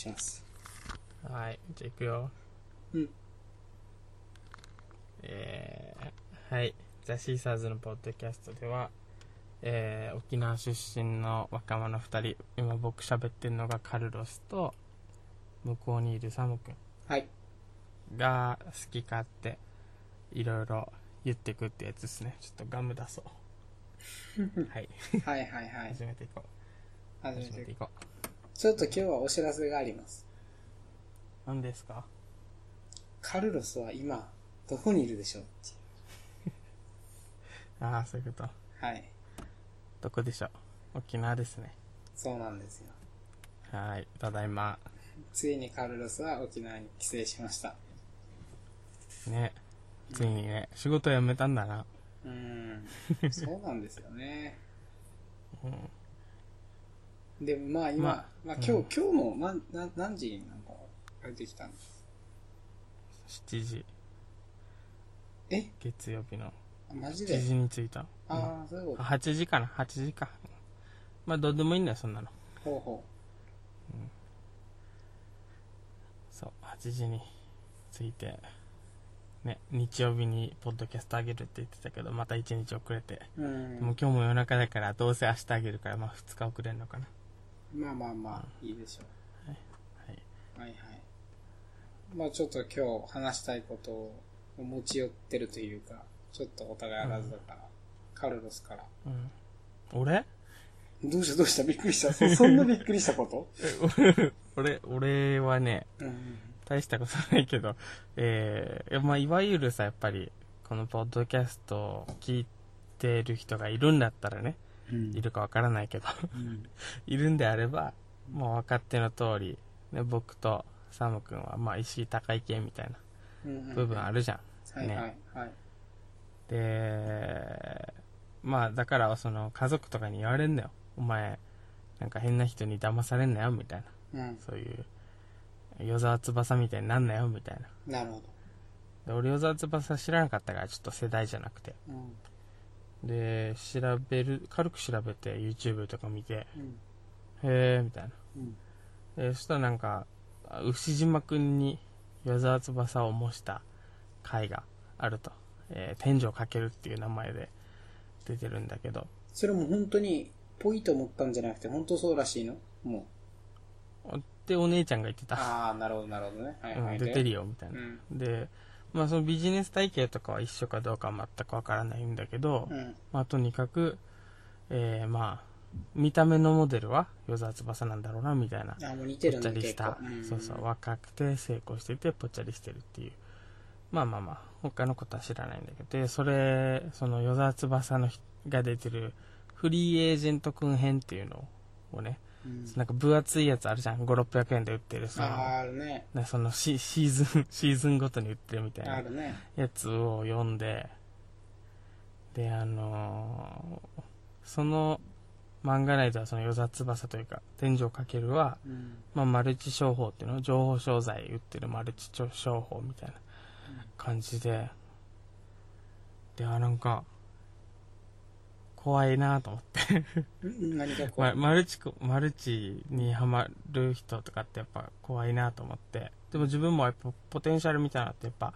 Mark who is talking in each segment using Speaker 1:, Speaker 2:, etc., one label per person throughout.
Speaker 1: します。
Speaker 2: はい、じゃあいくよ。
Speaker 1: うん。
Speaker 2: えー、はい。ザ・シーサーズのポッドキャストでは、えー、沖縄出身の若者二人、今僕喋ってるのがカルロスと、向こうにいるサム君
Speaker 1: はい。
Speaker 2: が好き勝手、いろいろ言ってくってやつですね。ちょっとガム出 そう。はい、
Speaker 1: はいはいはい。
Speaker 2: 始めていこう。
Speaker 1: 始め
Speaker 2: 始
Speaker 1: て
Speaker 2: め
Speaker 1: い
Speaker 2: て
Speaker 1: く
Speaker 2: いこ
Speaker 1: ちょっと今日はお知らせがあります。
Speaker 2: う。何ですか
Speaker 1: カルロスは今、どこにいるでしょう
Speaker 2: ああ、そういうこと。
Speaker 1: はい。
Speaker 2: どこでしょう。沖縄ですね。
Speaker 1: そうなんですよ。
Speaker 2: はい、ただいま。
Speaker 1: ついにカルロスは沖縄に帰省しました。
Speaker 2: ねついにね、仕事辞めたんだな
Speaker 1: うーん。そうなんですよね。
Speaker 2: うん
Speaker 1: でもまあ今、
Speaker 2: ま
Speaker 1: まあ、
Speaker 2: あ
Speaker 1: 今日、
Speaker 2: うん
Speaker 1: 今日も、ま、な何時になんか帰ってきたんです
Speaker 2: 7時
Speaker 1: え
Speaker 2: 月曜日の
Speaker 1: マジで
Speaker 2: 7時に着いた、うんあ
Speaker 1: ああ、そういうこと。
Speaker 2: 8時かな8時かまあどうでもいいんだよそんなの
Speaker 1: ほうほ
Speaker 2: そう8時に着いてね日曜日にポッドキャストあげるって言ってたけどまた1日遅れて、
Speaker 1: う。う。
Speaker 2: もうん今日も夜中だからどうせ明日あげるからまあ2日遅れるのかな
Speaker 1: まあまあまあ、いいでしょ。
Speaker 2: はいう
Speaker 1: はいはい。まあちょっと今日話したいことを持ち寄ってるというか、ちょっとお互いあらずだから、カルロスから。
Speaker 2: うん俺
Speaker 1: どうしたどうしたびっくりした。そそんなびっくりしたこと
Speaker 2: え俺俺はね
Speaker 1: うん。
Speaker 2: 大したことないけど、えーいやまあ、いわゆるさ、やっぱり、このポッドキャストを聞いてる人がいるんだったらね、
Speaker 1: うん
Speaker 2: いるかわからないけど、
Speaker 1: うん。
Speaker 2: いるんであれば、もう分かっての通り、ね、僕とサム君は、まあ、石井高い系みたい
Speaker 1: うん。
Speaker 2: な部分あるじゃん。
Speaker 1: はいはいはい。
Speaker 2: で、まあ、だから、その、家族とかに言われんのよ。お前、なんか変な人に騙されんなよ、みたいな。
Speaker 1: うん。
Speaker 2: そういう、与沢翼みたいになんなよ、みたいな。
Speaker 1: なるほど。
Speaker 2: で俺、小沢翼知らなかったから、ちょっと世代じゃなくて。
Speaker 1: うん。
Speaker 2: で、調べる、軽く調べて、YouTube とか見て、
Speaker 1: うん。
Speaker 2: へーみたい
Speaker 1: うん。
Speaker 2: な。で、そしたらなんか、あ牛島くんに、与沢翼を模した回があると。えー天井かけるっていう名前で出てるんだけど、
Speaker 1: それも本当に、ぽいと思ったんじゃなくて、本当そうらしいのもう。
Speaker 2: で、お姉ちゃんが言ってた。
Speaker 1: ああ、なるほど、なるほどね。はいは
Speaker 2: う
Speaker 1: い。
Speaker 2: ん、出て
Speaker 1: る。
Speaker 2: るよ、みたいうな。
Speaker 1: ん。
Speaker 2: で、まあそのビジネス体系とかは一緒かどうかは全くわからないんだけど、
Speaker 1: うん。
Speaker 2: まあ、とにかく、えーまあ、見た目のモデルは与沢翼なんだろうなみたいな
Speaker 1: あもう似
Speaker 2: ぽ
Speaker 1: て
Speaker 2: っ
Speaker 1: るん
Speaker 2: ちゃ
Speaker 1: だ
Speaker 2: り
Speaker 1: 結
Speaker 2: し
Speaker 1: 構
Speaker 2: た、
Speaker 1: ん
Speaker 2: そうそう若くて成功しててぽっちゃりしてるっていうまあまあまあ他のことは知らないんだけどでそれその与沢翼の人が出てるフリーエージェントくん編っていうのをね
Speaker 1: うん
Speaker 2: なんか分厚いやつあるじゃん5600円で売ってるその
Speaker 1: あるね。
Speaker 2: ねそのシシーズンシーズンごとに売ってるみたいな
Speaker 1: あるね。
Speaker 2: やつを読んでであのーその漫画内ではその与沢翼というか天井かけるは、
Speaker 1: うん。
Speaker 2: まあ、マルチ商法っていうの情報商材売ってるマルチ商法みたいな感じでであなんか怖いなと思って、
Speaker 1: うん何かこ
Speaker 2: ま、
Speaker 1: う。
Speaker 2: マルチこマルチにハマる人とかってやっぱ怖いなと思ってでも自分もやっぱポテンシャルみたいなのってやっぱ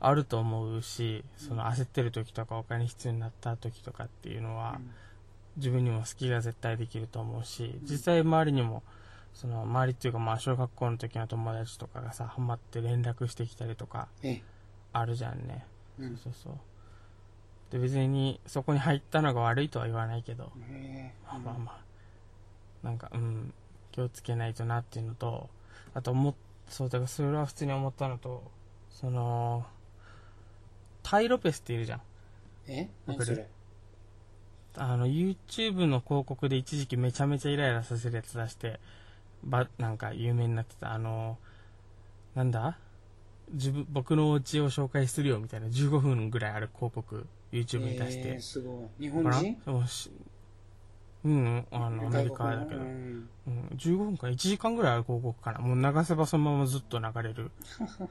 Speaker 2: あると思うしその焦ってる時とかお金必要になった時とかっていうのは、自分にも隙が絶対できると思うし実際周りにもその周りっていうかまあ小学校の時の友達とかがさハマって連絡してきたりとか
Speaker 1: え、
Speaker 2: あるじゃんね
Speaker 1: うん。
Speaker 2: そうそうで別にそこに入ったのが悪いとは言わないけど
Speaker 1: へ
Speaker 2: まあまあまあなんかうん気をつけないとなっていうのとあともそうだからそれは普通に思ったのとそのタイ・ロペスっているじゃん
Speaker 1: ええ
Speaker 2: わ
Speaker 1: 何
Speaker 2: かる
Speaker 1: それ
Speaker 2: あの YouTube の広告で一時期めちゃめちゃイライラさせるやつ出してばなんか有名になってたあのなんだ自分僕のお家を紹介するよみたいな15分ぐらいある広告 YouTube に出して、
Speaker 1: えーすごい。日本
Speaker 2: わから
Speaker 1: 人
Speaker 2: んそうしうんあのアメリカだけ
Speaker 1: 外国
Speaker 2: ど、
Speaker 1: のう
Speaker 2: うん
Speaker 1: ん
Speaker 2: 15分か1時間ぐらいある広告かなもう流せばそのままずっと流 れる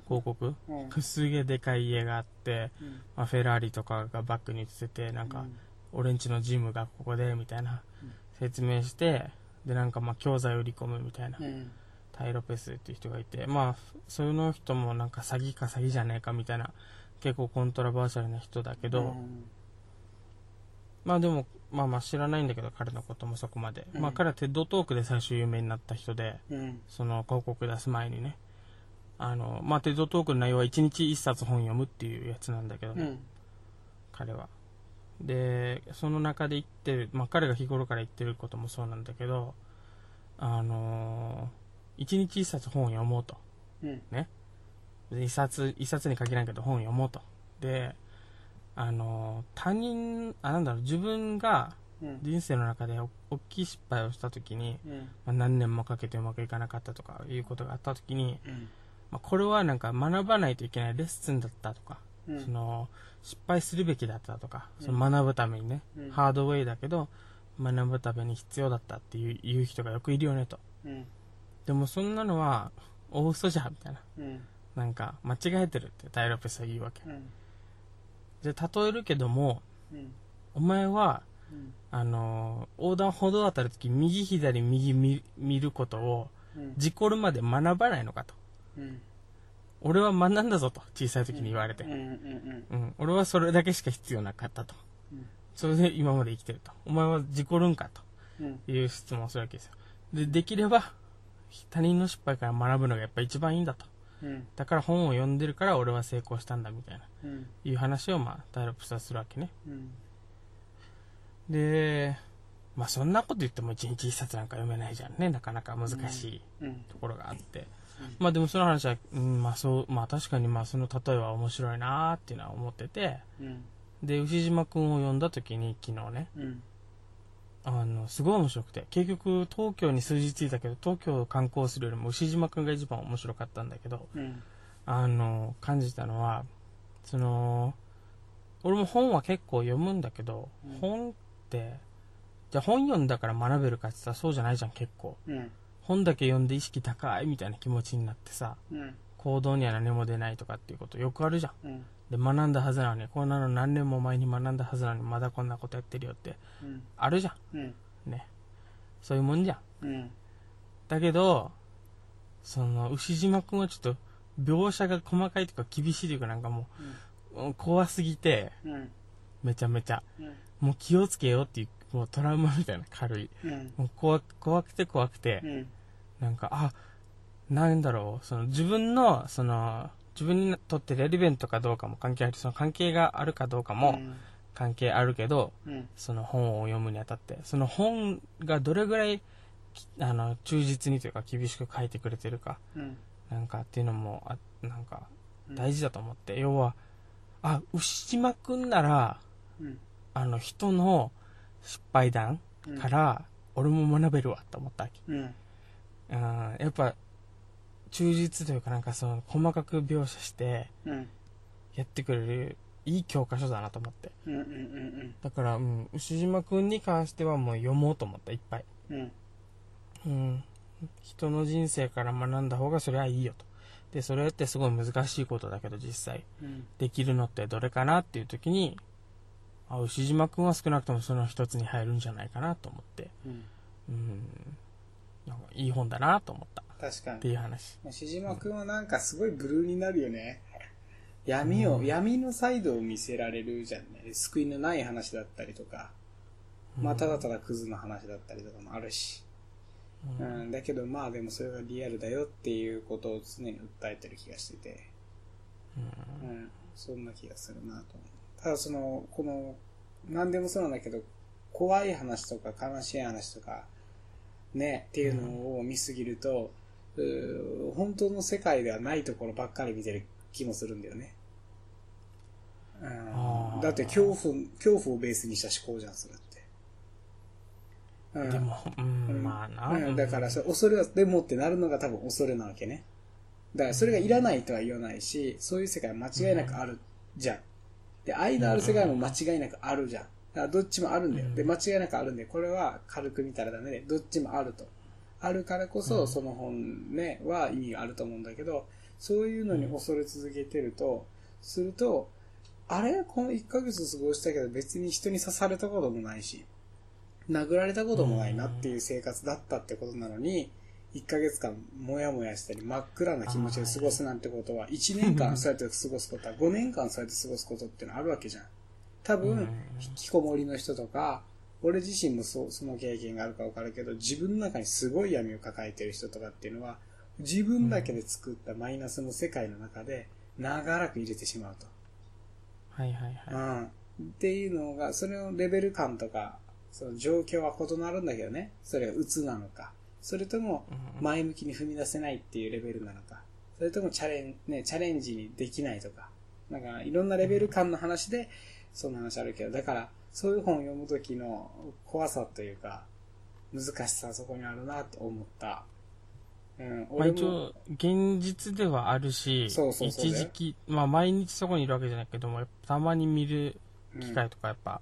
Speaker 2: 広告
Speaker 1: うん
Speaker 2: すげえでかい家があって、
Speaker 1: うん
Speaker 2: まあ、フェラーリとかがバックに映っててなんか、俺んちのジムがここでみたいな
Speaker 1: うん
Speaker 2: 説明してでなんかまあ教材売り込むみたいな
Speaker 1: うん。
Speaker 2: タイ・ロペスっていう人がいて、まあ、その人もなんか詐欺か詐欺じゃないかみたいな、結構コントラバーシャルな人だけど、
Speaker 1: うん
Speaker 2: まあでも、まあまあ知らないんだけど、彼のこともそこまで。
Speaker 1: うん
Speaker 2: まあ彼はテッドトークで最初有名になった人で、
Speaker 1: うん。
Speaker 2: その広告出す前にね。あの、まあテッドトークの内容は1日1冊本読むっていうやつなんだけ
Speaker 1: う
Speaker 2: どね、
Speaker 1: ん。
Speaker 2: 彼は。で、その中で言ってる、まあ彼が日頃から言ってることもそうなんだけど、あのー、1日1冊本を読もうと。
Speaker 1: うん。
Speaker 2: で一冊、一冊に限らんけど本読もうと。で、あの、他人、あ、なんだろう、自分が
Speaker 1: うん。
Speaker 2: 人生の中でお大きい失敗をしたときに、
Speaker 1: うん。
Speaker 2: まあ、何年もかけてうまくいかなかったとかいうことがあったときに、
Speaker 1: うん。
Speaker 2: まあ、これはなんか学ばないといけないレッスンだったとか、
Speaker 1: うん
Speaker 2: その、失敗するべきだったとか、
Speaker 1: うん
Speaker 2: その学ぶためにね、
Speaker 1: うん
Speaker 2: ハードウェイだけど、学ぶために必要だったっていういう人がよくいるよねと。
Speaker 1: うん。
Speaker 2: でもそんなのは、大嘘じゃん、みたいな。
Speaker 1: うん。
Speaker 2: なんか、間違えてるって、ダイロペスは言うわけ。
Speaker 1: うん。
Speaker 2: じゃあ例えるけども、
Speaker 1: うん。
Speaker 2: お前は、
Speaker 1: うん。
Speaker 2: あのー横断歩道渡るとき、右左右見見ることを、
Speaker 1: うん。
Speaker 2: 事故るまで学ばないのかと。
Speaker 1: うん。
Speaker 2: 俺は学んだぞと、小さい時に言われて
Speaker 1: うん。。うん。
Speaker 2: うん、俺はそれだけしか必要なかったと。
Speaker 1: うん
Speaker 2: それで今まで生きてると。お前は事故るんか
Speaker 1: うん。
Speaker 2: という質問をするわけですよ。で、できれば、他人の失敗から学ぶのがやっぱ一番いいんだと。
Speaker 1: うん。
Speaker 2: だから本を読んでるから俺は成功したんだみたいな、
Speaker 1: うん。
Speaker 2: いう話をまあ、ダイロプスはするわけね。
Speaker 1: うん。
Speaker 2: で、まあそんなこと言っても一日一冊なんか読めないじゃんね。なかなか難しい
Speaker 1: うん。
Speaker 2: ところがあって。
Speaker 1: うん
Speaker 2: まあでもその話は、うん、まあそう、まあ確かにまあその例えは面白いなーっていうのは思ってて、
Speaker 1: うん。
Speaker 2: で、牛島くんを読んだ時に昨日ね、
Speaker 1: うん。
Speaker 2: あの、すごい面白くて、結局東京に数日ついたけど、東京を観光するよりも牛島くんが一番面白かったんだけど、
Speaker 1: うん。
Speaker 2: あの、感じたのは、その、俺も本は結構読むんだけど、
Speaker 1: うん
Speaker 2: 本って、じゃあ本読んだから学べるかって言ったらそうじゃないじゃん結構。
Speaker 1: うん。
Speaker 2: 本だけ読んで意識高いみたいな気持ちになってさ、
Speaker 1: うん。
Speaker 2: 行動には何も出ないとかっていうことよくあるじゃ
Speaker 1: う
Speaker 2: ん。
Speaker 1: ん。
Speaker 2: で、学んだはずなのに、こんなの何年も前に学んだはずなのに、まだこんなことやってるよって、
Speaker 1: うん。
Speaker 2: あるじゃ
Speaker 1: うん。
Speaker 2: ん。ね。そういうもんじゃん。
Speaker 1: うん。
Speaker 2: だけど、その、牛島くんはちょっと、描写が細かいとか厳しいというかなんかもう、うん怖すぎて、
Speaker 1: うん。
Speaker 2: めちゃめちゃ、
Speaker 1: うん。
Speaker 2: もう気をつけようっていう、もうトラウマみたいな軽い。
Speaker 1: うん。
Speaker 2: もう怖く怖くて怖くて、
Speaker 1: うん。
Speaker 2: なんか、あ、なんだろう、その自分の、その、自分にとってレリベントかどうかも関係ある、その関係があるかどうかも関係あるけど、
Speaker 1: うん。
Speaker 2: その本を読むにあたって、その本がどれぐらい、きあの、忠実にというか厳しく書いてくれてるか、
Speaker 1: うん。
Speaker 2: なんかっていうのも、あなんか、
Speaker 1: うん
Speaker 2: 大事だと思って、要は、あ、牛島くんなら、
Speaker 1: うん。
Speaker 2: あの、人の失敗談
Speaker 1: うん。
Speaker 2: から、俺も学べるわ、と思ったわけ。
Speaker 1: うん。
Speaker 2: うん、やっぱ、忠実というか、なんかその、細かく描写して、
Speaker 1: うん。
Speaker 2: やってくれる、いい教科書だなと思って。
Speaker 1: うん。うん。
Speaker 2: だから、うん、牛島くんに関してはもう読もうと思った、いっぱい。
Speaker 1: うん。
Speaker 2: うん。人の人生から学んだ方がそれはいいよと。で、それってすごい難しいことだけど、実際。
Speaker 1: うん。
Speaker 2: できるのってどれかなっていう時に、あ、牛島くんは少なくともその一つに入るんじゃないかなと思って、
Speaker 1: うん。
Speaker 2: うん、なんかいい本だなと思ったっ
Speaker 1: 確かに
Speaker 2: て。いう話。
Speaker 1: 牛島くんはなんかすごいブルーになるよね。闇を、闇のサイドを見せられるじゃんね。救いのない話だったりとか、まあただただクズの話だったりとかもあるし。
Speaker 2: う
Speaker 1: うんん、だけどまあでもそれがリアルだよっていうことを常に訴えてる気がしてて。うん、そんな気がするなと思う。ただその、この、何でもそうなんだけど、怖い話とか悲しい話とか、ね、っていうのを見すぎると、うー本当の世界ではないところばっかり見てる気もするんだよね。う
Speaker 2: あ
Speaker 1: ん、
Speaker 2: ー
Speaker 1: だって恐怖、恐怖をベースにした思考じゃん、それって。うん、
Speaker 2: でも、うん、まあな。
Speaker 1: うん、だからそれ恐れはでもってなるのが多分恐れなわけねだからそれがいらないとは言わないしそういう世界は間違いなくあるじゃんで愛のある世界も間違いなくあるじゃんだからどっちもあるんだよ
Speaker 2: うん
Speaker 1: で間違いなくあるんでこれは軽く見たらダメでどっちもあるとあるからこそその本ねは意味があると思うんだけどそういうのに恐れ続けてるとするとあれこの1ヶ月過ごしたけど別に人に刺されたこともないし殴られたこともないなっていう生活だったってことなのに、 1ヶ月間もやもやしたり真っ暗な気持ちで過ごすなんてことは、1年間そうやって過ごすことは、5年間そうやって過ごすことってのあるわけじゃん。多
Speaker 2: うん
Speaker 1: 分、引きこもりの人とか、俺自身もそその経験があるかわかるけど、自分の中にすごい闇を抱えてる人とかっていうのは、自分だけで作ったマイナスの世界の中で、長らく入れてしまうと。
Speaker 2: はいはいは
Speaker 1: う
Speaker 2: い。
Speaker 1: ん。っていうのが、それのレベル感とか、その状況は異なるんだけどね。それが鬱なのか。それとも、
Speaker 2: うん
Speaker 1: 前向きに踏み出せないっていうレベルなのか。それともチャレン、ね、チャレンジにできないとか。なんか、いろんなレベル感の話で、そんな話あるけど、だから、そういう本を読む時の怖さというか、難しさはそこにあるなと思った。うん、
Speaker 2: まあ、
Speaker 1: 俺
Speaker 2: 一
Speaker 1: も
Speaker 2: 応、、現実ではあるし、
Speaker 1: そうそうそうだよ
Speaker 2: 一時期、まあ毎日そこにいるわけじゃないけども、やっぱたまに見る
Speaker 1: うん
Speaker 2: 機会とかやっぱ、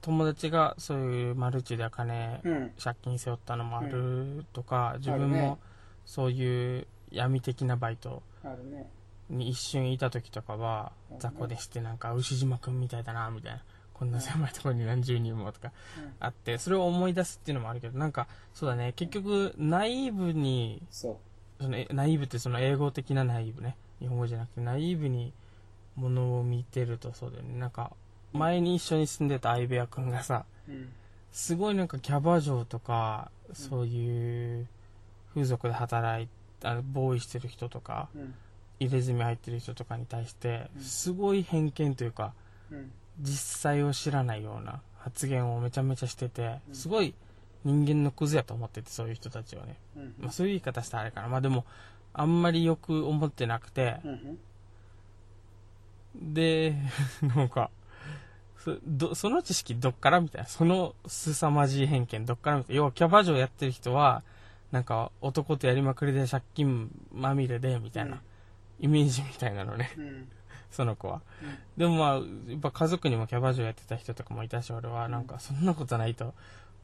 Speaker 2: 友達がそういうマルチで金、
Speaker 1: うん、
Speaker 2: 借金背負ったのもあるとか、自分
Speaker 1: あるね
Speaker 2: もそういう闇的なバイト
Speaker 1: あるね。
Speaker 2: に一瞬いた時とかは
Speaker 1: うん、
Speaker 2: 雑魚でしてなんか牛島くんみたいだな、みたいな。こんな狭いところに何十人もとか
Speaker 1: うん、
Speaker 2: あって、それを思い出すっていうのもあるけど、なんか、そうだね、結局、内部に
Speaker 1: そう。
Speaker 2: そのえ内部ってその英語的な内部ね日本語じゃなくて内部にものを見てるとそうだよねなんか前に一緒に住んでた相部屋君がさ
Speaker 1: うん、
Speaker 2: すごいなんかキャバ嬢とかそういう風俗で働いあのボーイしてる人とか
Speaker 1: うん、
Speaker 2: 入れ墨入ってる人とかに対して
Speaker 1: うん
Speaker 2: すごい偏見というか
Speaker 1: うん、
Speaker 2: 実際を知らないような発言をめちゃめちゃしてて
Speaker 1: うん
Speaker 2: すごい人間のクズやと思っててそういう人たちをね
Speaker 1: うん、うん
Speaker 2: まあ、そういう言い方したらあれかな、まあ、でもあんまりよく思ってなくて、
Speaker 1: うん、
Speaker 2: で なんかそどその知識どっからみたいなその凄まじい偏見どっからみたいな要はキャバ嬢やってる人はなんか男とやりまくりで借金まみれでみたいな、イメージみたいなのね
Speaker 1: うん、
Speaker 2: その子は、でもまあやっぱ家族にもキャバ嬢やってた人とかもいたし俺はなんかそんなことないと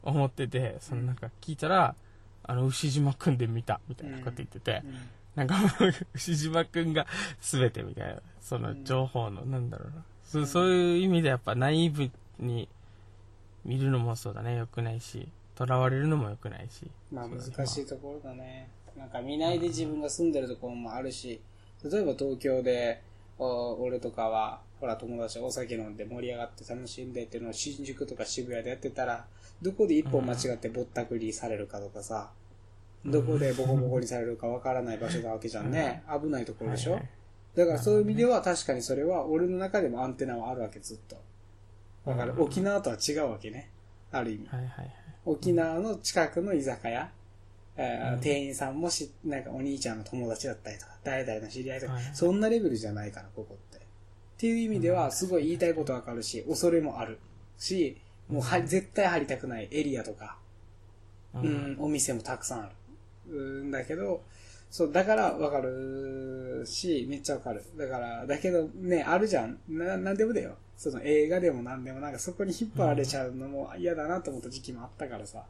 Speaker 2: 思っててそのなんか聞いたらあの牛島組んでみたみたいなこと言ってて、
Speaker 1: うん。
Speaker 2: なんか、 牛島くんが全てみたいな、その情報の、なんだろうな、そ
Speaker 1: うん
Speaker 2: そういう意味でやっぱ内部に見るのもそうだね、良くないし、囚われるのも良くないし。
Speaker 1: まあ
Speaker 2: そうだね
Speaker 1: 難しいところだね。なんか見ないで自分が住んでるところもあるし、例えば東京で、お俺とかは、ほら友達がお酒飲んで盛り上がって楽しんでっていうのを新宿とか渋谷でやってたら、どこで一本間違ってぼったくりされるかとかさ、
Speaker 2: うん
Speaker 1: どこでボコボコにされるかわからない場所なわけじゃんね。危ないところでしょ、
Speaker 2: はいはい
Speaker 1: だからそういう意味では確かにそれは俺の中でもアンテナはあるわけずっと。だから
Speaker 2: うん
Speaker 1: 沖縄とは違うわけね。ある意味。
Speaker 2: はいはいはい。
Speaker 1: 沖縄の近くの居酒屋、えー
Speaker 2: うん
Speaker 1: 店員さんもし、なんかお兄ちゃんの友達だったりとか、誰々の知り合いとか、
Speaker 2: はいはい
Speaker 1: そんなレベルじゃないから、ここって。っていう意味では、すごい言いたいことわかるし、恐れもあるし、もうは、絶対入りたくないエリアとか、
Speaker 2: うん
Speaker 1: うん、お店もたくさんある。うんだけど、そう、だからわかるし、めっちゃわかる。だから、だけどね、あるじゃん。な、なんでもだよ。その映画でもなんでも、なんかそこに引っ張られちゃうのも嫌だなと思った時期もあったからさ。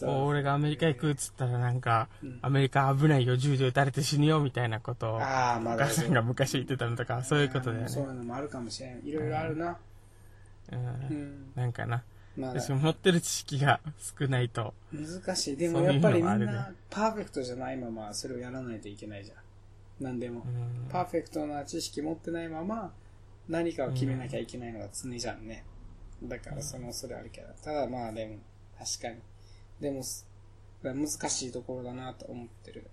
Speaker 2: こう俺がアメリカ行くっつったらなんか、
Speaker 1: うん
Speaker 2: アメリカ危ないよ、銃で撃たれて死ぬよみたいなことを、お
Speaker 1: ああ、まだ
Speaker 2: 母さんが昔言ってたのとか、そういうことだよ
Speaker 1: あーそうい
Speaker 2: ね。
Speaker 1: うのもあるかもしれん。いろいろあるな。
Speaker 2: う。
Speaker 1: うんん。
Speaker 2: なんかな。
Speaker 1: まだ
Speaker 2: 私持ってる知識が少ないと、
Speaker 1: 難しい。でもやっぱりみ
Speaker 2: そうい
Speaker 1: ん
Speaker 2: うのもあ
Speaker 1: なパーフェクトじゃないままそれをやらないといけないじゃん。何でも
Speaker 2: う。ん
Speaker 1: パーフェクトな知識持ってないまま何かを決めなきゃいけないのが常じゃんね。だからそのそれあるけど。ただまあでも、確かに。でもす、難しいところだなと思ってる。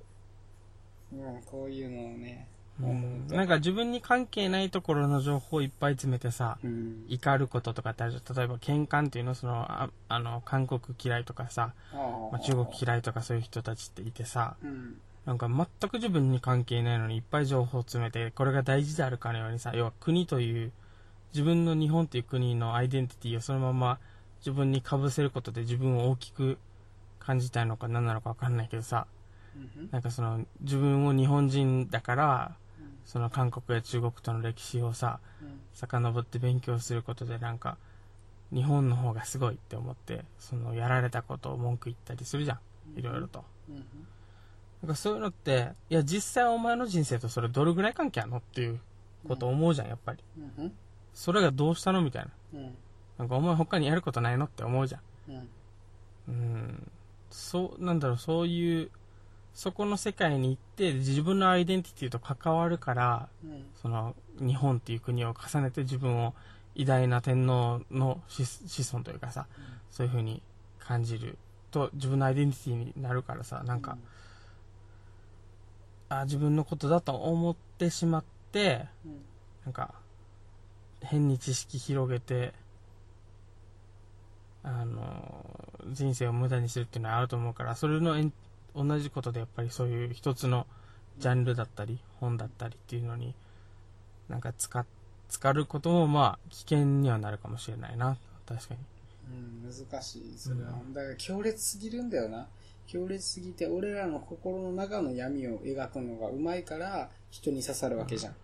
Speaker 1: うん、こういうのをね、思うと。
Speaker 2: なんか自分に関係ないところの情報をいっぱい詰めてさ、
Speaker 1: うん。
Speaker 2: 怒ることとかってあるじゃん例えば喧嘩っていうのそのああの韓国嫌いとかさ、
Speaker 1: あ
Speaker 2: まあ、中国嫌いとかそういう人たちっていてさ
Speaker 1: い。うん。
Speaker 2: なんか全く自分に関係ないのにいっぱい情報を詰めてこれが大事であるかのようにさ要は国という自分の日本という国のアイデンティティをそのまま自分にかぶせることで自分を大きく感じたいのか何なのか分かんないけどさ
Speaker 1: うん
Speaker 2: なんかその自分を日本人だから
Speaker 1: うん
Speaker 2: その韓国や中国との歴史をさ
Speaker 1: うん
Speaker 2: 遡って勉強することでなんか日本の方がすごいって思ってそのやられたことを文句言ったりするじゃんいろいろと
Speaker 1: うん
Speaker 2: なんかそういうのっていや実際お前の人生とそれどれぐらい関係あるのっていうことを思うじゃんやっぱり
Speaker 1: うん
Speaker 2: それがどうしたのみたいな
Speaker 1: うん
Speaker 2: なんかお前他にやることないのって思うじゃん
Speaker 1: うん
Speaker 2: うんそう、なんだろう、そういう、そこの世界に行って、自分のアイデンティティと関わるから、
Speaker 1: うん。
Speaker 2: その、日本っていう国を重ねて自分を偉大な天皇の子子孫というかさ、そういう風に感じると、自分のアイデンティティになるからさ、なんか、あ自分のことだと思ってしまって
Speaker 1: うん、うん。
Speaker 2: なんか変に知識広げてあの人生を無駄にするっていうのはあると思うからそれのえん同じことでやっぱりそういう一つのジャンルだったり本だったりっていうのになんか使っ使うこともまあ危険にはなるかもしれないな確かに
Speaker 1: うん、難しい。それは
Speaker 2: う。
Speaker 1: だから強烈すぎるんだよな。強烈すぎて、俺らの心の中の闇を描くのがうまいから、人に刺さるわけじゃん。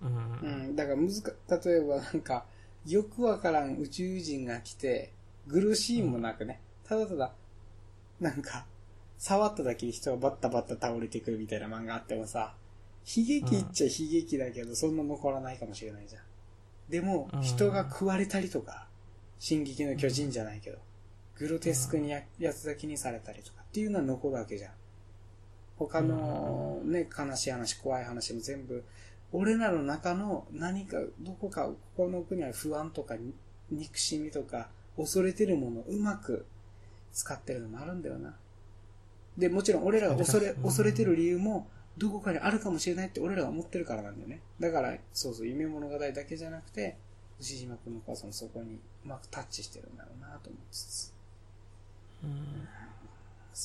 Speaker 2: うん
Speaker 1: う
Speaker 2: うん
Speaker 1: ん、だから難か、例えばなんか、よくわからん宇宙人が来て、苦しいもなくね、ただただ、なんか、触っただけで人はバッタバッタ倒れてくるみたいな漫画あってもさ、悲劇っちゃ悲劇だけど、そんな残らないかもしれないじゃん。でも
Speaker 2: う、ん
Speaker 1: 人が食われたりとか、進撃の巨人じゃないけど、グロテスクにややつだけにされたりとかっていうのは残るわけじゃん。他のね、悲しい話、怖い話も全部、俺らの中の何か、どこか、ここの国は不安とか、に憎しみとか、恐れてるものをうまく使ってるのもあるんだよな。で、もちろん俺らが恐れ、
Speaker 2: うん
Speaker 1: 恐れてる理由も、どこかにあるかもしれないって俺らが思ってるからなんだよね。だから、そうそう、夢物語だけじゃなくて、牛島君のお母さんもそこにうまくタッチしてるんだろうなと思いつつ。
Speaker 2: うん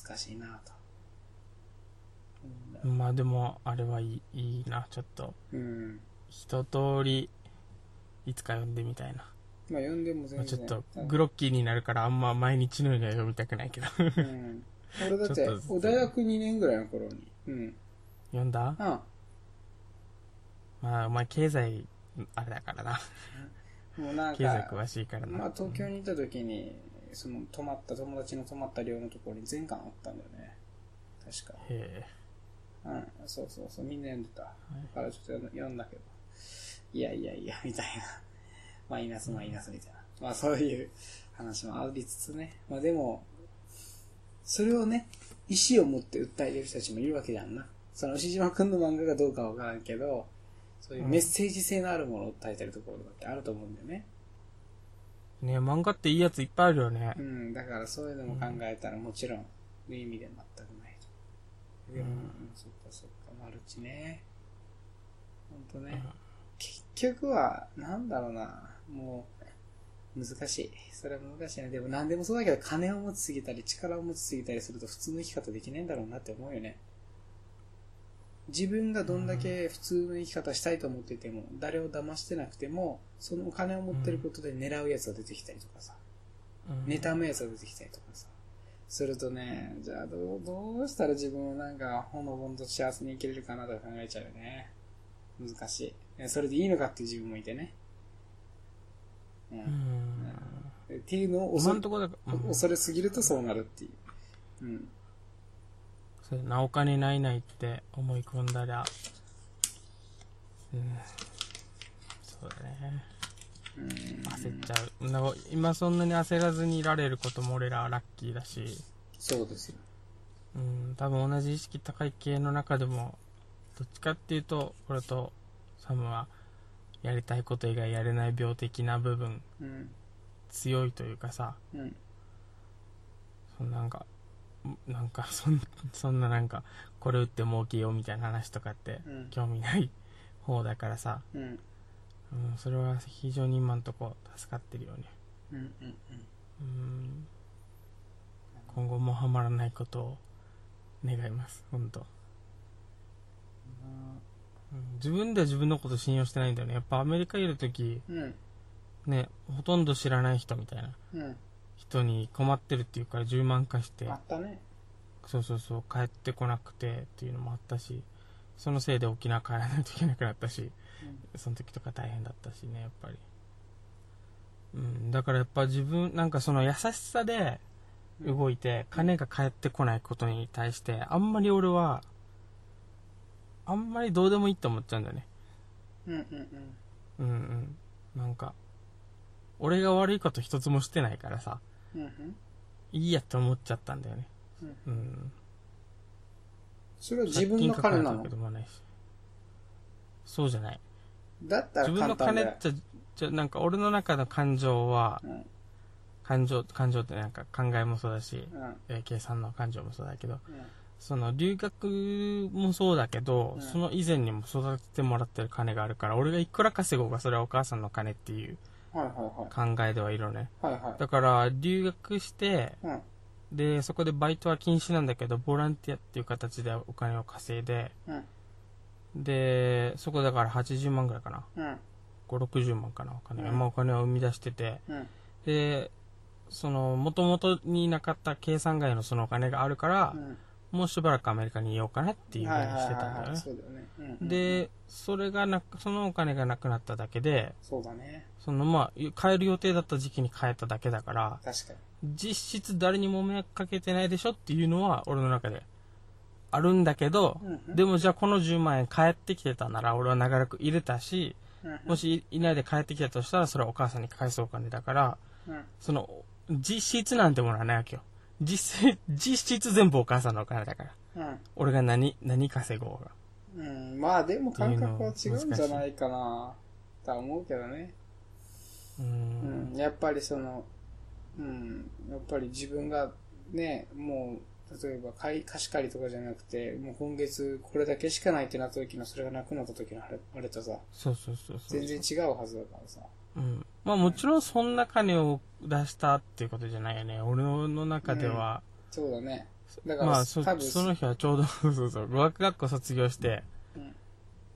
Speaker 1: 難しいなと。
Speaker 2: まあでもあれはいいいいなちょっと
Speaker 1: うん。
Speaker 2: 一通りいつか読んでみたいな
Speaker 1: まあ読んでも全
Speaker 2: まあ
Speaker 1: 然。
Speaker 2: ちょっとグロッキーになるからあんま毎日のようには読みたくないけど
Speaker 1: うん。俺だって
Speaker 2: ちょっと、
Speaker 1: お大学2年ぐらいの頃に。うん。
Speaker 2: 読んだ
Speaker 1: あ
Speaker 2: まあお前経済あれだからな
Speaker 1: あもうなん
Speaker 2: 経済
Speaker 1: か、
Speaker 2: 詳しいからな、
Speaker 1: まあ東京にいた時に、その泊まった、友達の泊まった寮のところに全巻あったんだよね。確か。
Speaker 2: へ
Speaker 1: うん。そうそうそう、みんな読んでた。だからちょっと読んだ読んだけど。いやいやいや、みたいな。 マイナスマイナスみたいな。まあそういう話もありつつね。まあでも、それをね、意思を持って訴えてる人たちもいるわけじゃんな。その牛島くんの漫画がどうかわからんけど、そういうメッセージ性のあるものを訴えてるところだってあると思うんだよね。
Speaker 2: えね漫画っていいやついっぱいあるよね
Speaker 1: うん、だからそういうのも考えたらもちろん、無意味で全くないと。でも、
Speaker 2: うん
Speaker 1: うんそっかそっか、マルチね。ほんとね。結局は、なんだろうな、もう、難しい。それは難しいな。でも何でもそうだけど、金を持ちすぎたり、力を持ちすぎたりすると普通の生き方できないんだろうなって思うよね。自分がどんだけ普通の生き方したいと思ってても、誰を騙してなくても、そのお金を持ってることで狙うやつが出てきたりとかさ。
Speaker 2: うん
Speaker 1: ネタ名が出てきたりとかさ。するとね、じゃあどう、どうしたら自分をなんか、ほのぼんと幸せに生きれるかなとか考えちゃうよね。難しいね。それでいいのかっていう自分もいてね。う。
Speaker 2: うんん
Speaker 1: っていうのを恐れ
Speaker 2: 今のところだから、うん、そ
Speaker 1: 恐れすぎるとそうなるっていう。うん。
Speaker 2: うなお金ないないって思い込んだらうんそうだね
Speaker 1: うん。
Speaker 2: 焦っちゃう、なんか今そんなに焦らずにいられることも俺らはラッキーだし
Speaker 1: そうですよ。
Speaker 2: うん、多分同じ意識高い系の中でも、どっちかっていうと、俺とサムは、やりたいこと以外やれない病的な部分、
Speaker 1: うん。
Speaker 2: 強いというかさ、
Speaker 1: うん。
Speaker 2: そのなんか、んなんか、 そんそんななんか、これ打って儲けようみたいな話とかって
Speaker 1: う、ん。
Speaker 2: 興味ない方だからさ、
Speaker 1: うん。
Speaker 2: うん、それは非常に今んとこ助かってるよね。
Speaker 1: うん。うん。
Speaker 2: うん、今後もハマらないことを願います、本当うん自分では自分のこと信用してないんだよね。やっぱアメリカいるとき、
Speaker 1: うん。
Speaker 2: ね、ほとんど知らない人みたいな
Speaker 1: うん。
Speaker 2: 人に困ってるっていうから10万貸して
Speaker 1: あ、ったね。
Speaker 2: そうそうそう、帰ってこなくてっていうのもあったし、そのせいで沖縄帰らないといけなくなったし、その時とか大変だったしね、やっぱり。うん、だからやっぱ自分、なんかその優しさで
Speaker 1: うん。
Speaker 2: 動いて、金が返ってこないことに対して、あんまり俺は、あんまりどうでもいいって思っちゃうんだよね。
Speaker 1: うん。うん。
Speaker 2: うんうんなんか俺が悪いこと一つもしてないからさ
Speaker 1: うん。うん。
Speaker 2: いいやって思っちゃったんだよね。
Speaker 1: うん
Speaker 2: うん。
Speaker 1: それは自分の金な
Speaker 2: 借金かかるわ
Speaker 1: の
Speaker 2: けでもないし。そうじゃない。
Speaker 1: だったら
Speaker 2: 自分
Speaker 1: 簡
Speaker 2: の
Speaker 1: 単
Speaker 2: 金
Speaker 1: だ
Speaker 2: っ
Speaker 1: よ。
Speaker 2: て、じゃ、なんか俺の中の感情は、
Speaker 1: うん。
Speaker 2: 感情、感情ってなんか考えもそうだし、
Speaker 1: うん。うん
Speaker 2: えー計算の感情もそうだけど、その留学もそうだけど、
Speaker 1: うん
Speaker 2: その以前にも育ててもらってる金があるから、俺がいくら稼ごうがそれはお母さんの金っていう
Speaker 1: はいは
Speaker 2: 考えではいるのね。
Speaker 1: いはい。はいは
Speaker 2: だから、留学して、
Speaker 1: い。うん。
Speaker 2: で、そこでバイトは禁止なんだけど、ボランティアっていう形でお金を稼いで、
Speaker 1: うん。
Speaker 2: で、そこだから80万ぐらいかな。
Speaker 1: うん。
Speaker 2: 5、60万かな、お金が。
Speaker 1: うん
Speaker 2: まあお金を生み出してて、
Speaker 1: うん。
Speaker 2: で、その、元々になかった計算外のそのお金があるから、
Speaker 1: うん。
Speaker 2: もうしばらくアメリカにいようかなっていうふうにしてたんだよね。
Speaker 1: そうだよね。うんうん、
Speaker 2: で、それがなく、そのお金がなくなっただけで、
Speaker 1: そうだね。
Speaker 2: そのまあ、変える予定だった時期に変えただけだから、
Speaker 1: 確かに。
Speaker 2: 実質誰にも迷惑かけてないでしょっていうのは俺の中であるんだけど、
Speaker 1: うんうん
Speaker 2: でもじゃあこの10万円返ってきてたなら俺は長らく入れたし、
Speaker 1: うんうん
Speaker 2: もしいないで返ってきたとしたらそれはお母さんに返すお金だから、
Speaker 1: うん。
Speaker 2: その、実質なんてものはないわけよ。実質、 実質全部お母さんのお金だから。
Speaker 1: うん。
Speaker 2: 俺が何、何稼ごうが。
Speaker 1: うん、まあでも感覚は違うんじゃないかなとは思うけどね、
Speaker 2: う。
Speaker 1: うんん、やっぱりその、うん、やっぱり自分がねもう例えば貸貸し借りとかじゃなくてもう今月これだけしかないってなった時のそれがなくなった時のあれあれとさ
Speaker 2: そうそうそうそう。
Speaker 1: 全然違うはずだからさ
Speaker 2: うん。まあもちろんそんな金を出したっていうことじゃないよね。俺の中では、
Speaker 1: そうだねだから、
Speaker 2: まあそ
Speaker 1: 多分
Speaker 2: その日はちょうど そうそうそう語学学校卒業して、
Speaker 1: うん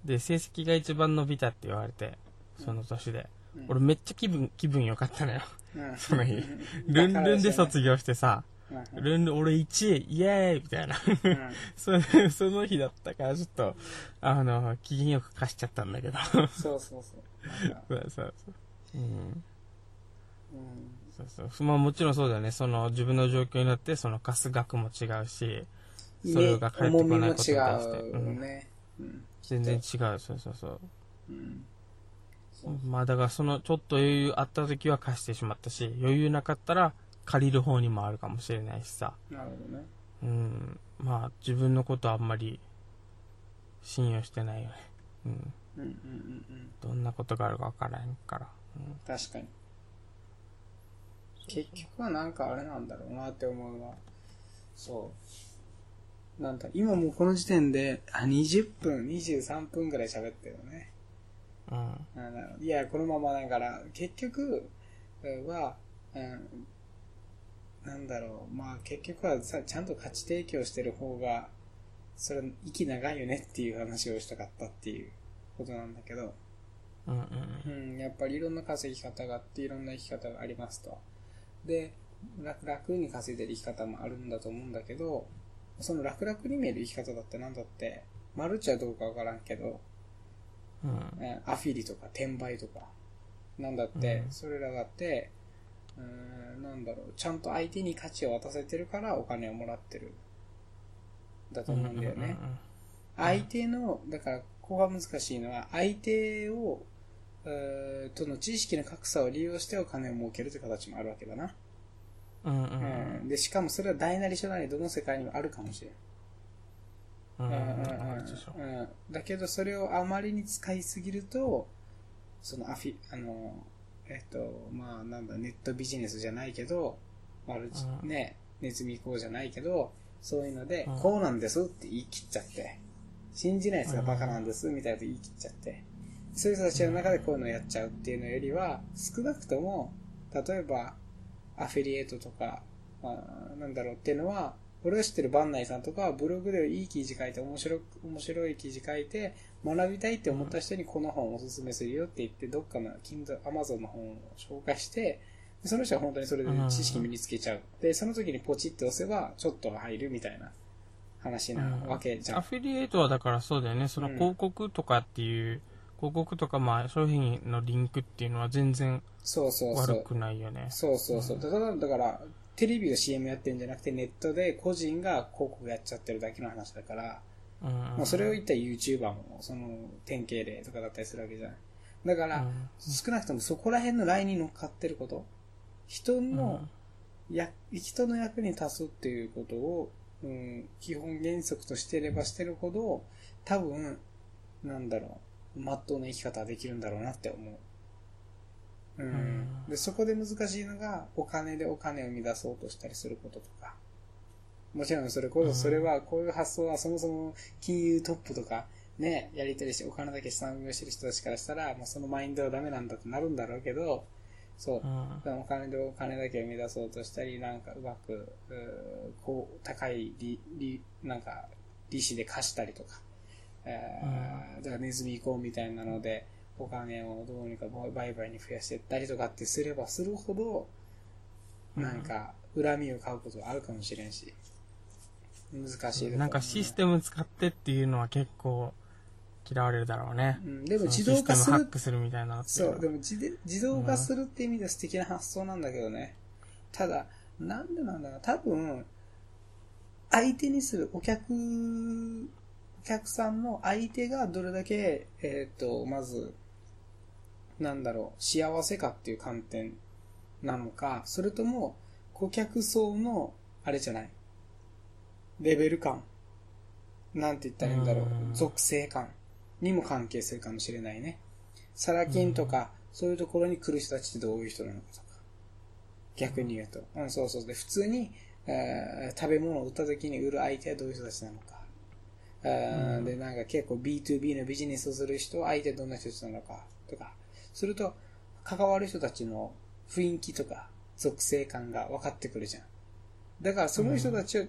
Speaker 2: で成績が一番伸びたって言われてその年で、
Speaker 1: うん
Speaker 2: 俺めっちゃ気分気分良かったのよ
Speaker 1: うん
Speaker 2: そ の日ルンルンで卒業してさ、
Speaker 1: うん
Speaker 2: ルンルン俺1位イエーイみたいな
Speaker 1: うん
Speaker 2: それその日だったからちょっとあの機嫌よく貸しちゃったんだけど そ
Speaker 1: そ
Speaker 2: う
Speaker 1: うそうそうなんか
Speaker 2: そうそううん
Speaker 1: うん
Speaker 2: そうそうまあもちろんそうだよねその自分の状況になってその貸す額も違うしそれが返ってこないことに対して、
Speaker 1: 重みも違うね、うん
Speaker 2: 全然違うそうそうそう
Speaker 1: うん
Speaker 2: まあだからそのちょっと余裕あった時は貸してしまったし余裕なかったら借りる方にもあるかもしれないしさ
Speaker 1: なるほどね
Speaker 2: うんまあ自分のことあんまり信用してないよねうん
Speaker 1: うんうんうんうん
Speaker 2: どんなことがあるかわからんから
Speaker 1: 確かに結局はなんかあれなんだろうなって思うのはそうなんだ今もうこの時点であ20分23分ぐらい喋ってるのね
Speaker 2: うん、うん、
Speaker 1: あのいやこのままだから結局は、うん、なんだろうまあ結局はさちゃんと価値提供してる方がそれ息長いよねっていう話をしたかったっていうことなんだけど、
Speaker 2: うんうん
Speaker 1: うん、やっぱりいろんな稼ぎ方があっていろんな生き方がありますと。で、楽楽に稼いでる生き方もあるんだと思うんだけど、その楽々に見える生き方だってなんだって、マルチはどうかわからんけど、
Speaker 2: うん
Speaker 1: えーアフィリとか転売とか、なんだって、
Speaker 2: うん
Speaker 1: それらだって、うーん、なんだろう、ちゃんと相手に価値を渡せてるからお金をもらってる。だと
Speaker 2: うん
Speaker 1: 思うんだよね。
Speaker 2: うん
Speaker 1: 相手の、だから、ここが難しいのは、相手を、えーとの知識の格差を利用してお金を儲けるという形もあるわけだな。
Speaker 2: うんうんう
Speaker 1: うんん。で、しかもそれは大なり小なりどの世界にもあるかもしれん。
Speaker 2: うんうんう
Speaker 1: う
Speaker 2: ん
Speaker 1: ん
Speaker 2: あるでしょ
Speaker 1: うんうんだけど、それをあまりに使いすぎると、そのアフィ、あの、えっと、まあ、なんだ、ネットビジネスじゃないけど、マルチ、
Speaker 2: うん
Speaker 1: ね、ネズミ講じゃないけど、そういうので、
Speaker 2: うん
Speaker 1: こうなんですって言い切っちゃって、信じない奴がバカなんです、みたいなこと言い切っちゃって、そういう人たちの中でこういうのをやっちゃうっていうのよりは、少なくとも、例えば、アフィリエイトとか、まあ、なんだろうっていうのは、俺が知ってるバンナイさんとかはブログでいい記事書いて面白く、面白い記事書いて、学びたいって思った人にこの本をおすすめするよって言って、どっかの Kindle、Amazon の本を紹介して、でその人は本当にそれで知識身につけちゃう。で、その時にポチって押せば、ちょっと入るみたいな話なわけじゃ
Speaker 2: ア
Speaker 1: ん。
Speaker 2: フィリエイトはだからそうだよね、その
Speaker 1: うん
Speaker 2: 広告とかっていう、広告とかまあ商品のリンクっていうのは全然
Speaker 1: そうそうそ
Speaker 2: 悪
Speaker 1: う。
Speaker 2: くないよね。
Speaker 1: そうそうそう。ただ、だから、テレビが CM やってるんじゃなくて、ネットで個人が広告やっちゃってるだけの話だから、
Speaker 2: うん
Speaker 1: もうそれを言った YouTuber も、その、典型例とかだったりするわけじゃない。だか
Speaker 2: う
Speaker 1: ら、
Speaker 2: ん
Speaker 1: 少なくともそこら辺のラインに乗っかってること、人の、や、人の役に立つっていうことを、うん、基本原則としてればしてるほど、多分、なんだろう、まっとうな生き方はできるんだろうなって思う。うん。
Speaker 2: うん
Speaker 1: で、そこで難しいのが、お金でお金を生み出そうとしたりすることとか。もちろんそれこ
Speaker 2: う
Speaker 1: そ、
Speaker 2: ん
Speaker 1: それは、こういう発想はそもそも金融トップとか、ね、やりたりして、お金だけ資産運用してる人たちからしたら、もうそのマインドはダメなんだってなるんだろうけど、そう
Speaker 2: う、ん
Speaker 1: お金でお金だけを生み出そうとしたり、なんかうまく、うーこう、高い利、利、なんか、利子で貸したりとか、えーだからネズミ行こうみたいなので、お金をどうにか売買に増やしていったりとかってすればするほど、なんか、恨みを買うことがあるかもしれんし、難しい。
Speaker 2: なんかシス
Speaker 1: ム、
Speaker 2: テム使ってっていうのは結構嫌われるだろうね
Speaker 1: う。ん、でも
Speaker 2: その
Speaker 1: 自動化
Speaker 2: シス
Speaker 1: す
Speaker 2: テムハ
Speaker 1: る
Speaker 2: ックするみたいなのってい
Speaker 1: そう、で
Speaker 2: う
Speaker 1: も自で自動化するって意味では素敵な発想なんだけどね。ただ、なんでなんだろう。多分、相手にするお客、お客さんの相手がどれだけ、えっ、と、まず、なんだろう、幸せかっていう観点なのか、それとも、顧客層の、あれじゃない、レベル感。なんて言ったらいいんだろう
Speaker 2: う。ん
Speaker 1: 属性感にも関係するかもしれないね。サラ金とか、そういうところに来る人たちってどういう人なのかとか。逆に言うと。うん、そうそう。で、普通に、えー食べ物を売った時に売る相手はどういう人たちなのか。えー
Speaker 2: うん
Speaker 1: で、なんか結構 B2B のビジネスをする人、相手はどんな人たちなのかとか。すると、関わる人たちの雰囲気とか、属性感が分かってくるじゃん。だから、その人たちを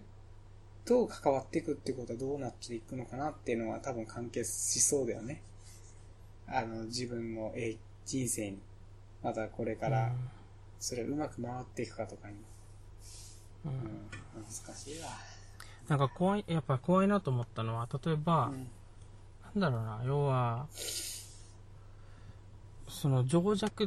Speaker 1: どう関わっていくってことはどうなっていくのかなっていうのは多分関係しそうだよね。あの、自分のえ人生に、またこれから、それをうまく回っていくかとかに。
Speaker 2: うん
Speaker 1: う
Speaker 2: う
Speaker 1: んん、難しいわ。
Speaker 2: なんか怖い、やっぱ怖いなと思ったのは、例えば、
Speaker 1: うん
Speaker 2: なんだろうな、要は、その情弱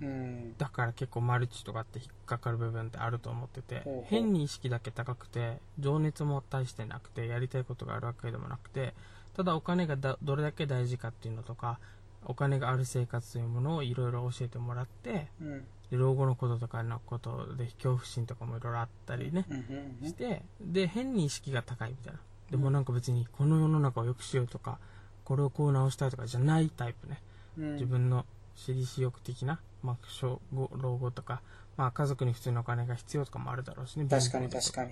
Speaker 1: うん。
Speaker 2: だから結構マルチとかって引っかかる部分ってあると思ってて
Speaker 1: ほうほう
Speaker 2: 変に意識だけ高くて情熱も大してなくてやりたいことがあるわけでもなくてただお金がだどれだけ大事かっていうのとかお金がある生活というものをいろいろ教えてもらって
Speaker 1: うん。うん。
Speaker 2: で老後のこととかのことで恐怖心とかもいろいろあったりね
Speaker 1: うん。うん
Speaker 2: してで変に意識が高いみたいなでもなんか別にこの世の中を良くしようとかこれをこう直したいとかじゃないタイプね
Speaker 1: うん。
Speaker 2: 自分の私利私欲的な、まあ、小老老後とか、まあ、家族に普通のお金が必要とかもあるだろうしね
Speaker 1: 確かに
Speaker 2: 貧乏
Speaker 1: 確
Speaker 2: とか
Speaker 1: か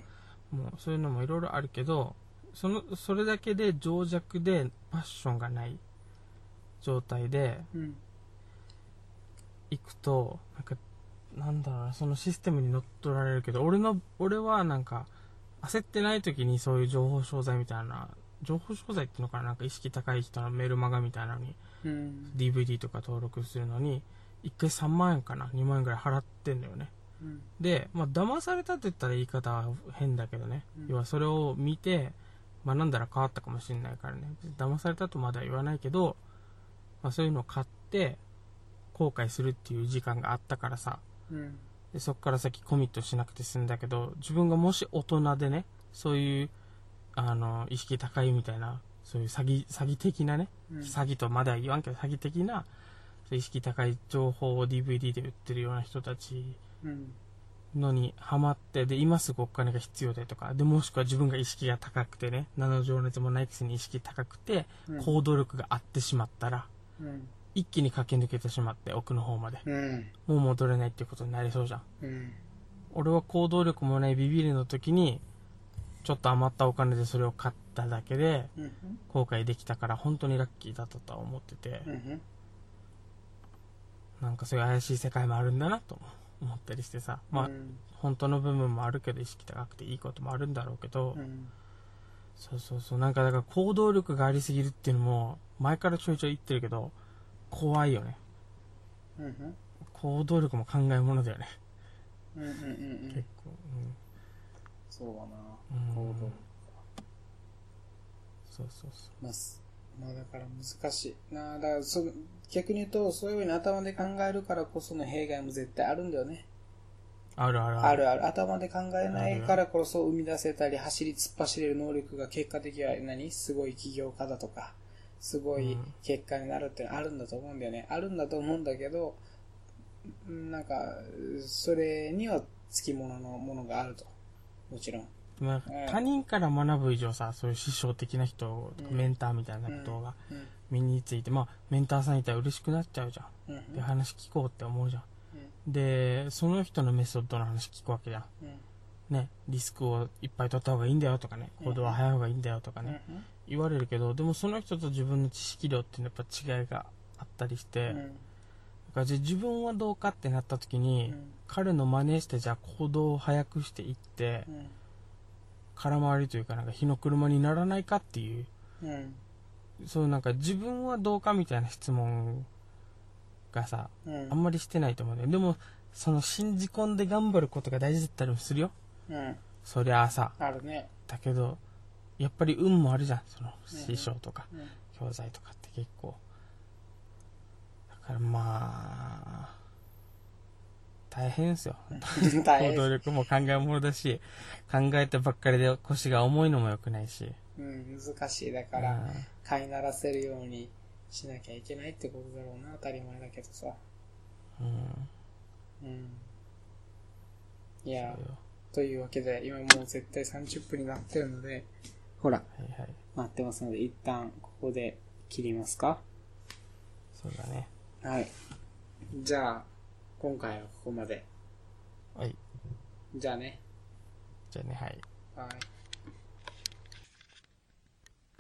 Speaker 1: に。
Speaker 2: もうそういうのもいろいろあるけどそのそれだけで情弱でパッションがない状態で
Speaker 1: うん。
Speaker 2: 行くとなんかなんだろうなそのシステムに乗っ取られるけど俺の俺はなんか焦ってない時にそういう情報商材みたいな情報商材っていうのかななんか意識高い人のメルマガみたいなのに
Speaker 1: うん
Speaker 2: DVD とか登録するのに1回3万円かな2万円ぐらい払ってんだよね
Speaker 1: うん。
Speaker 2: で、まあ、騙されたって言ったら言い方は変だけどね、
Speaker 1: うん
Speaker 2: 要はそれを見て学んだら変わったかもしれないからね騙されたとまでは言わないけど、まあ、そういうのを買って後悔するっていう時間があったからさ
Speaker 1: うん。
Speaker 2: でそこから先コミットしなくて済んだけど自分がもし大人でねそういうあの意識高いみたいなそういう詐欺詐欺的なね
Speaker 1: うん
Speaker 2: 詐欺とまでは言わんけど詐欺的なそういう意識高い情報を DVD で売ってるような人たち
Speaker 1: うん。
Speaker 2: のにハマってで今すぐお金が必要だとかでもしくは自分が意識が高くてね何の情熱もないくせに意識高くて
Speaker 1: うん
Speaker 2: 行動力があってしまったら
Speaker 1: うん。
Speaker 2: 一気に駆け抜けてしまって奥の方まで
Speaker 1: うん。
Speaker 2: もう戻れないっていうことになりそうじゃん
Speaker 1: うん。
Speaker 2: 俺は行動力もないビビりの時にちょっと余ったお金でそれを買っただけで
Speaker 1: うん。
Speaker 2: 後悔できたから本当にラッキーだったとは思ってて、
Speaker 1: うん。
Speaker 2: なんかそういう怪しい世界もあるんだなと思ったりしてさ、まあ、
Speaker 1: うん
Speaker 2: 本当の部分もあるけど意識高くていいこともあるんだろうけど、
Speaker 1: うん。
Speaker 2: そうそうそうなんかだから行動力がありすぎるっていうのも前からちょいちょい言ってるけど怖いよね
Speaker 1: うん。
Speaker 2: 行動力も考えものだよね
Speaker 1: うん。うん。うん。
Speaker 2: 結構、
Speaker 1: そうだな。
Speaker 2: うんうん、
Speaker 1: 行動
Speaker 2: そうそうそ
Speaker 1: ます。まあだから難しい。なあ、だからその、逆に言うと、そういうふうに頭で考えるからこその弊害も絶対あるんだよね。
Speaker 2: うあるある
Speaker 1: あるある。頭で考えないからこそ生み出せたり、走り突っ走れる能力が結果的には何すごい起業家だとか、すごい結果になるってのはあるんだと思うんだよね。あるんだと思うんだけど、うんなんか、それには付き物のものがあると。もちろん。
Speaker 2: まあ
Speaker 1: うん
Speaker 2: 他人から学ぶ以上さ、そういう師匠的な人とか、
Speaker 1: うん
Speaker 2: メンターみたいなことが
Speaker 1: うん。
Speaker 2: 身について、まあ、メンターさんいたら嬉しくなっちゃうじゃん。
Speaker 1: うん。
Speaker 2: で、話聞こうって思うじゃん。で、その人のメソッドの話聞くわけじゃん。
Speaker 1: うん。うん。
Speaker 2: ね、リスクをいっぱい取った方がいいんだよとかね、行動は早い方がいいんだよとか
Speaker 1: うん
Speaker 2: ね、言われるけど、でもその人と自分の知識量っていうのはやっぱ違いがあったりして、
Speaker 1: うん
Speaker 2: だからじゃあ自分はどうかってなった時に、彼の真似してじゃあ行動を早くしていって
Speaker 1: う、ん。
Speaker 2: 空回りというかなんか火の車にならないかっていう、
Speaker 1: うん。うん。
Speaker 2: そうなんか自分はどうかみたいな質問がさ、
Speaker 1: うん。
Speaker 2: あんまりしてないと思うんだよ。でも、その信じ込んで頑張ることが大事だったりもするよ。
Speaker 1: うん。
Speaker 2: そりゃあさ、
Speaker 1: あるね。
Speaker 2: だけど、やっぱり運もあるじゃん。その
Speaker 1: うん
Speaker 2: 師匠とか、
Speaker 1: うん。
Speaker 2: 教材とかって結構。だからまあ、大変ですよ。
Speaker 1: 大
Speaker 2: 行動
Speaker 1: 変。
Speaker 2: 力も考えものだし、考えてばっかりで腰が重いのも良くないし。
Speaker 1: うん、難しい。だか
Speaker 2: う
Speaker 1: ら、
Speaker 2: ん
Speaker 1: 飼いならせるようにしなきゃいけないってことだろうな、当たり前だけどさ。
Speaker 2: う
Speaker 1: う
Speaker 2: ん。
Speaker 1: ん。い
Speaker 2: そうよ。
Speaker 1: や
Speaker 2: は、
Speaker 1: というわけで、今もう絶対30分になってるので、ほら、
Speaker 2: いはい。
Speaker 1: なってますので、一旦ここで切りますか。
Speaker 2: そうだね。
Speaker 1: はい。じゃあ、今回はここまで。
Speaker 2: はい。
Speaker 1: じゃあね。
Speaker 2: じゃあね、はい。
Speaker 1: はい。